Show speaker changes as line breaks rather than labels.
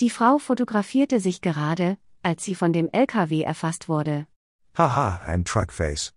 Die Frau fotografierte sich gerade, als sie von dem LKW erfasst wurde.
Haha, ein Truckface.